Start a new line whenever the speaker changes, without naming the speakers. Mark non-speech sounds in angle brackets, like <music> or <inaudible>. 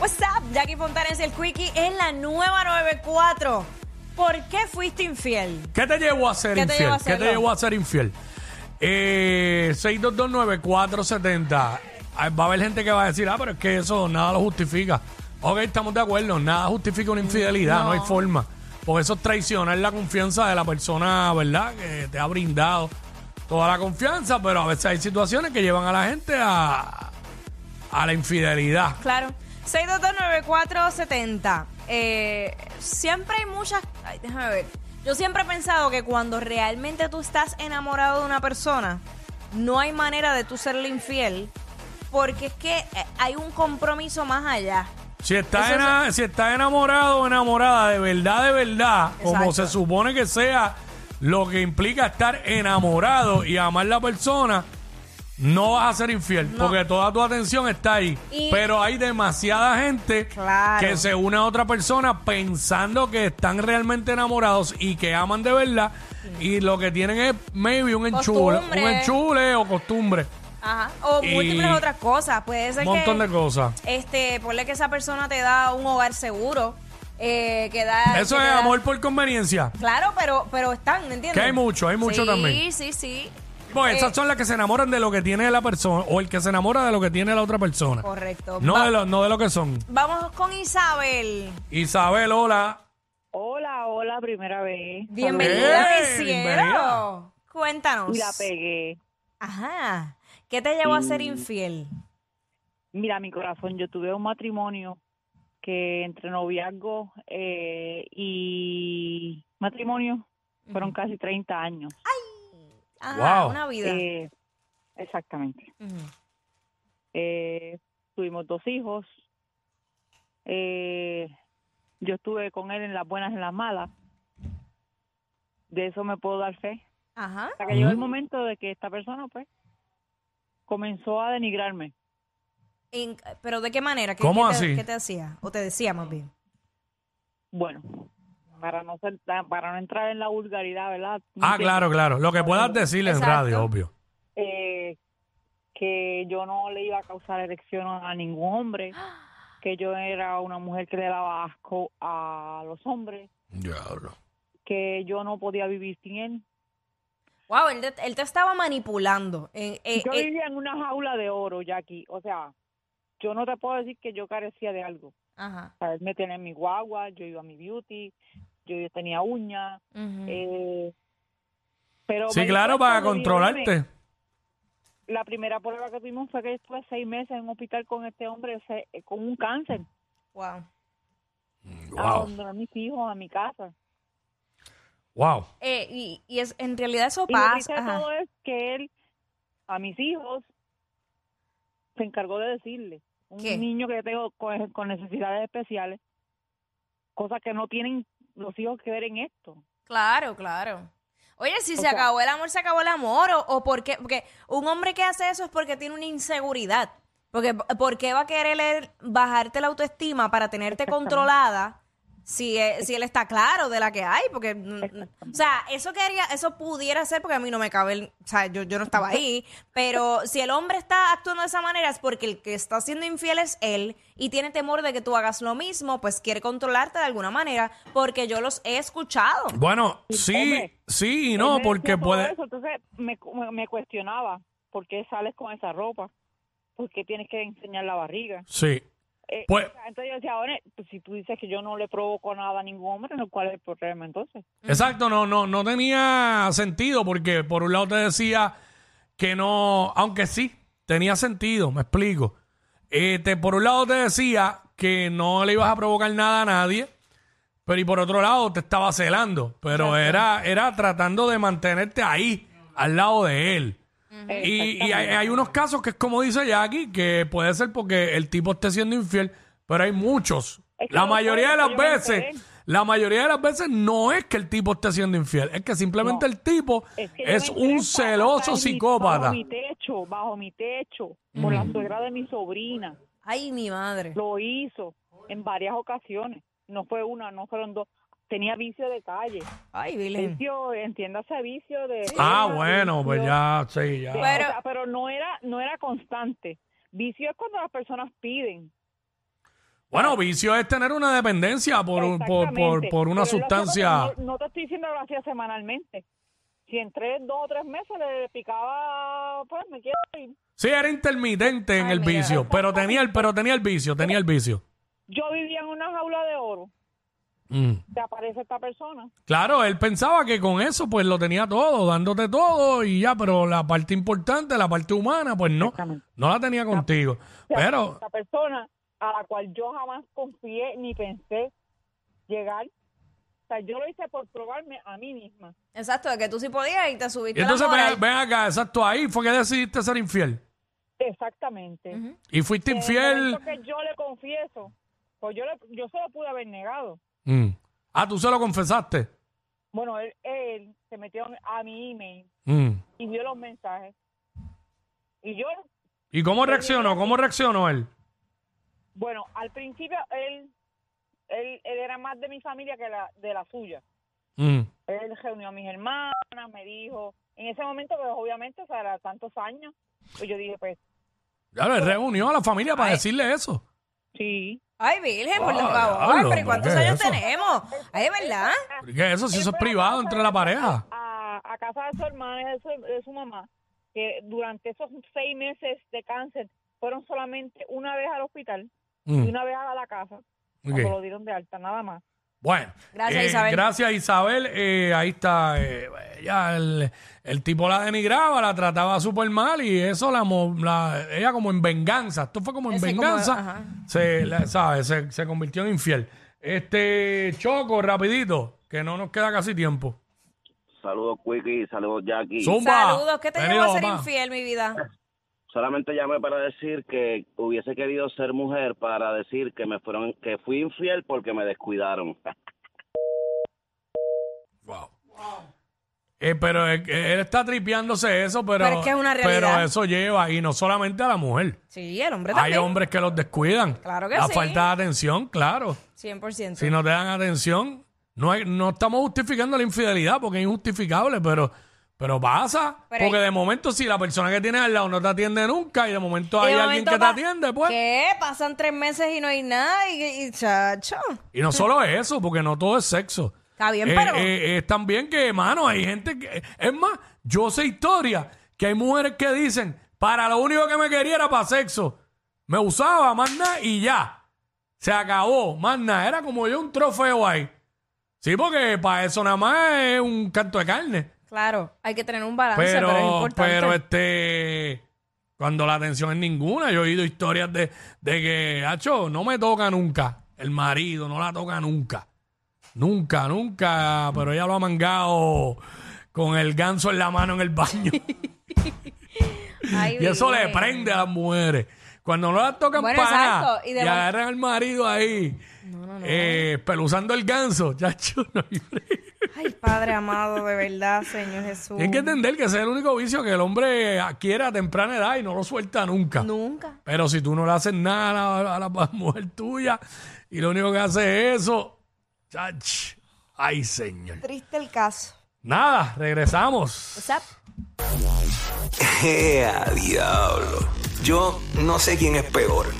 What's up, Jackie Fontanes, el Quickie en la nueva 94. ¿Por qué fuiste infiel?
¿Qué te llevó a ser
¿Qué te
infiel?
llevó a
¿Qué te
hacerlo?
llevó a ser infiel? Eh, 6229470. Ah, Va a haber gente que va a decir, ah, pero es que eso nada lo justifica. Ok, estamos de acuerdo, nada justifica una infidelidad, no, hay forma. Porque eso es traicionar la confianza de la persona, ¿verdad? Que te ha brindado toda la confianza, pero a veces hay situaciones que llevan a la gente a, a la infidelidad.
Claro. 6229470. Eh, siempre hay muchas. ay, déjame ver. Yo siempre he pensado que cuando realmente tú estás enamorado de una persona, no hay manera de tú serle infiel. Porque es que eh, hay un compromiso más allá.
Si está,
Eso
ena- si está enamorado o enamorada de verdad, de verdad, como
Exacto.
se supone que sea, lo que implica estar enamorado y amar la persona, no vas a ser infiel,
No.
porque toda tu atención está ahí.
Y-
Pero hay demasiada gente
Claro.
que se une a otra persona pensando que están realmente enamorados y que aman de verdad, y lo que tienen es maybe un enchule, un
Costumbre.
enchule o costumbre,
Ajá. O
Y-
múltiples otras cosas. Puede ser
un montón
que.
de cosas.
Este, ponle que esa persona te da un hogar seguro. eh, que da.
Eso
que
es
te da-
amor por conveniencia.
Claro, pero, pero están, ¿me entiendes?
Que hay mucho, hay mucho
Sí,
también.
Sí, sí,
Pues
Eh,
esas son las que se enamoran de lo que tiene la persona o el que se enamora de lo que tiene la otra persona.
Correcto.
No
Va-
de lo, no de lo que son.
Vamos con Isabel.
Isabel, hola.
Hola, hola, primera vez.
Bienvenida,
Hey,
al cielo.
bienvenida.
Cuéntanos.
Y la pegué.
Ajá. ¿Qué te llevó a ser infiel?
Mira, mi corazón, yo tuve un matrimonio que entre noviazgo eh, y matrimonio fueron casi 30 años.
Ajá,
Wow.
Ah, una vida.
Eh, exactamente.
Ujú.
Eh, tuvimos dos hijos. Eh, yo estuve con él en las buenas y en las malas. De eso me puedo dar fe.
Ajá.
Hasta que llegó el
Ujú.
momento de que esta persona, pues, comenzó a denigrarme.
En- pero ¿de qué manera? ¿Qué,
¿Cómo
qué te,
así?
qué te hacía? O te decía más bien.
bueno, para no ser tan- para no entrar en la vulgaridad, ¿verdad?
Ah, claro, claro. Lo que puedas decirle en
Exacto.
radio, obvio.
Eh, que yo no le iba a causar erección a ningún
<gasps>
hombre, que yo era una mujer que le daba asco a los hombres,
Diablo.
que yo no podía vivir sin él.
Wow, él, te- él te estaba manipulando. Eh, eh,
Yo
eh,
vivía en una jaula de oro, Jackie. O sea, yo no te puedo decir que yo carecía de algo.
Ajá.
O sea, él me tenía en mi guagua, yo iba a mi beauty, yo tenía uñas.
Ujú.
eh, pero me
Mm. Sí,
di
claro,
cuenta
para
cuando yo me-
controlarte.
la primera prueba que tuvimos fue que estuve seis meses en un hospital con este hombre ese- eh, con un cáncer.
Wow.
Wow.
Abandonó a mis hijos, a mi casa.
Wow.
Eh, y, y es, en realidad eso
Y lo triste
pasa.
de
Ajá.
todo es que él, a mis hijos, se encargó de decirle. Un
¿Qué?
niño que yo tengo con, con necesidades especiales, cosas que no tienen los hijos que ver en esto.
Claro, claro. Oye, si
O
se
sea-
acabó el amor, se acabó el amor. O, o porque, porque un hombre que hace eso es porque tiene una inseguridad. Porque, ¿Por qué va a querer él bajarte la autoestima para tenerte
Exactamente.
controlada si, eh, si él está claro de la que hay? Porque, mm,
Exactamente.
o sea, eso quería, eso pudiera ser porque a mí no me cabe, el- o sea, yo, yo no estaba ahí. Pero si el hombre está actuando de esa manera es porque el que está siendo infiel es él y tiene temor de que tú hagas lo mismo, pues quiere controlarte de alguna manera porque yo los he escuchado.
Bueno, sí,
Hombre,
sí y
Él
no,
me
porque
decía todo
puede.
eso, entonces me, cu- me- me cuestionaba, ¿por qué sales con esa ropa? ¿Por qué tienes que enseñar la barriga?
Sí.
Eh,
Pues-
o sea, entonces yo decía, ahora, pues, si tú dices que yo no le provoco nada a ningún hombre, ¿no? ¿cuál es el problema entonces?
Exacto, no, no, no tenía sentido porque por un lado te decía que no, aunque sí, tenía sentido, me explico. Eh, te- por un lado te decía que no le ibas a provocar nada a nadie, pero y por otro lado te estaba celando, pero era, era tratando de mantenerte ahí, al lado de él.
Eh,
Y, y hay, hay unos casos que es como dice Jackie, que puede ser porque el tipo esté siendo infiel, pero hay muchos.
Es que
la
no fue
mayoría de
lo
las
que yo me
veces,
enteré.
la mayoría de las veces no es que el tipo esté siendo infiel, es que simplemente el tipo es,
que yo me enteré
un
hasta- hasta
celoso
en mi-
psicópata.
Bajo mi techo, bajo mi techo, por la suegra de mi sobrina.
Ay, mi madre.
Lo hizo en varias ocasiones. No fue una, no fueron dos. Tenía vicio de calle.
Ay, Virgen.
Vicio, entiéndase, vicio de...
Ah,
era
bueno, pues
vicio
ya, sí,
Sí, o
ya.
Bueno. Pero-
sea, pero no era no era constante. Vicio es cuando las personas piden.
Bueno, vicio es tener una dependencia por, un- por, por,
Exactamente.
por una
Pero él lo hacía-
sustancia.
No, no te estoy diciendo que lo hacía semanalmente. Si en tres, dos o tres meses le picaba, pues me quiero ir.
Sí, era intermitente en
Ay,
el
mira.
vicio, pero tenía el, pero tenía el vicio, tenía el vicio.
Yo vivía en una jaula de oro.
Mm.
Te aparece esta persona.
Claro, él pensaba que con eso pues lo tenía todo, dándote todo y ya, pero la parte importante, la parte humana, pues no,
Exactamente.
no la tenía contigo.
Te aparece
Pero
Esta persona a la cual yo jamás confié ni pensé llegar. O sea, yo lo hice por probarme a mí misma.
Exacto, de que tú sí podías y te
y
subiste
entonces
la moral.
ven, ven acá, exacto, ahí fue que decidiste ser infiel.
Exactamente.
Y fuiste
En el
infiel.
momento que yo le confieso, pues yo, le, yo se lo pude haber negado.
Mm. Ah, tú se lo confesaste.
Bueno, él, él se metió a mi email
Mm.
y vio los mensajes. Y yo,
¿Y cómo reaccionó? ¿Cómo reaccionó él?
bueno, al principio él, él, él era más de mi familia que la, de la suya.
Mm.
Él reunió a mis hermanas, me dijo, en ese momento, pues obviamente, o sea, era tantos años, pues yo dije, pues
Ya le reunió a la familia para decirle eso.
sí.
Ay, Virgen, por
Ah,
favor.
diablo,
pero ¿y ¿cuántos
¿qué es
años
eso?
tenemos? Ay, ¿verdad?
Ah.
Porque eso, si eso es
Él fue a
privado
casa
entre
de-
la pareja.
A, a casa de su hermana y de su, de su mamá, que durante esos seis meses de cáncer fueron solamente una vez al hospital y
Mm.
una vez a la casa,
Ok.
cuando lo dieron de alta, nada más.
Bueno,
Gracias,
eh,
Isabel.
Gracias, Isabel. Eh, ahí está. eh, ya el, el tipo la denigraba, la trataba súper mal y eso la, mo- la- Ella, como en venganza, esto fue como en
Ese como-
venganza,
ajá.
se, la- ¿sabes? Se, se convirtió en infiel. Este, Choco, rapidito, que no nos queda casi tiempo.
Saludos, Quickie, saludos, Jackie.
Zumba.
Saludos, ¿qué te
Venido,
llevó a ser
papá.
infiel, mi vida?
Solamente llamé para decir que hubiese querido ser mujer para decir que me fueron que fui infiel porque me descuidaron. <laughs>
Wow. Eh, pero eh, él está tripeándose eso, pero,
Pero es que es una
pero
realidad.
eso lleva, y no solamente a la mujer.
Sí, el hombre
Hay
también.
hombres que los descuidan.
Claro que
la
sí.
falta de atención, claro.
100%.
Si no te dan atención, no, hay- no estamos justificando la infidelidad porque es injustificable, pero, pero pasa.
Pero
porque
hay-
de momento, si la persona que tienes al lado no te atiende nunca y de momento hay
De
alguien
momento
que te
pa-
atiende, pues.
¿Qué? Pasan tres meses y no hay nada y, y chacho.
Y no solo eso, porque no todo es sexo.
Está bien,
Eh,
pero-
eh, es también que, hermano, hay gente que. Es más, yo sé historia que hay mujeres que dicen: para lo único que me quería era para sexo. Me usaba, más nada, y ya. Se acabó, más nada. Era como yo un trofeo ahí. Sí, porque para eso nada más es un canto de carne.
Claro, hay que tener un balance, pero, es
Pero,
importante.
pero este. Cuando la atención es ninguna, yo he oído historias de, de que, hacho, no me toca nunca. El marido no la toca nunca. Nunca, nunca. Pero ella lo ha mangado con el ganso en la mano en el baño.
<laughs> Ay,
y eso le
Virgen.
prende a las mujeres. Cuando no las tocan
Bueno,
para
exacto,
nada,
y
y,
de momento-
agarran al marido ahí, eh, peluzando el ganso, <laughs> chacho, no hay break.
Ay, Padre amado, de verdad, Señor Jesús.
Tienen que entender que ese es el único vicio que el hombre adquiere a temprana edad y no lo suelta nunca.
Nunca.
Pero si tú no le haces nada a la, a la <laughs> mujer tuya y lo único que hace es eso, chach, ay señor.
Triste el caso.
Nada, regresamos.
What's up?
<laughs> ¡Eh, ¡Ea, diablo! Yo no sé quién es peor,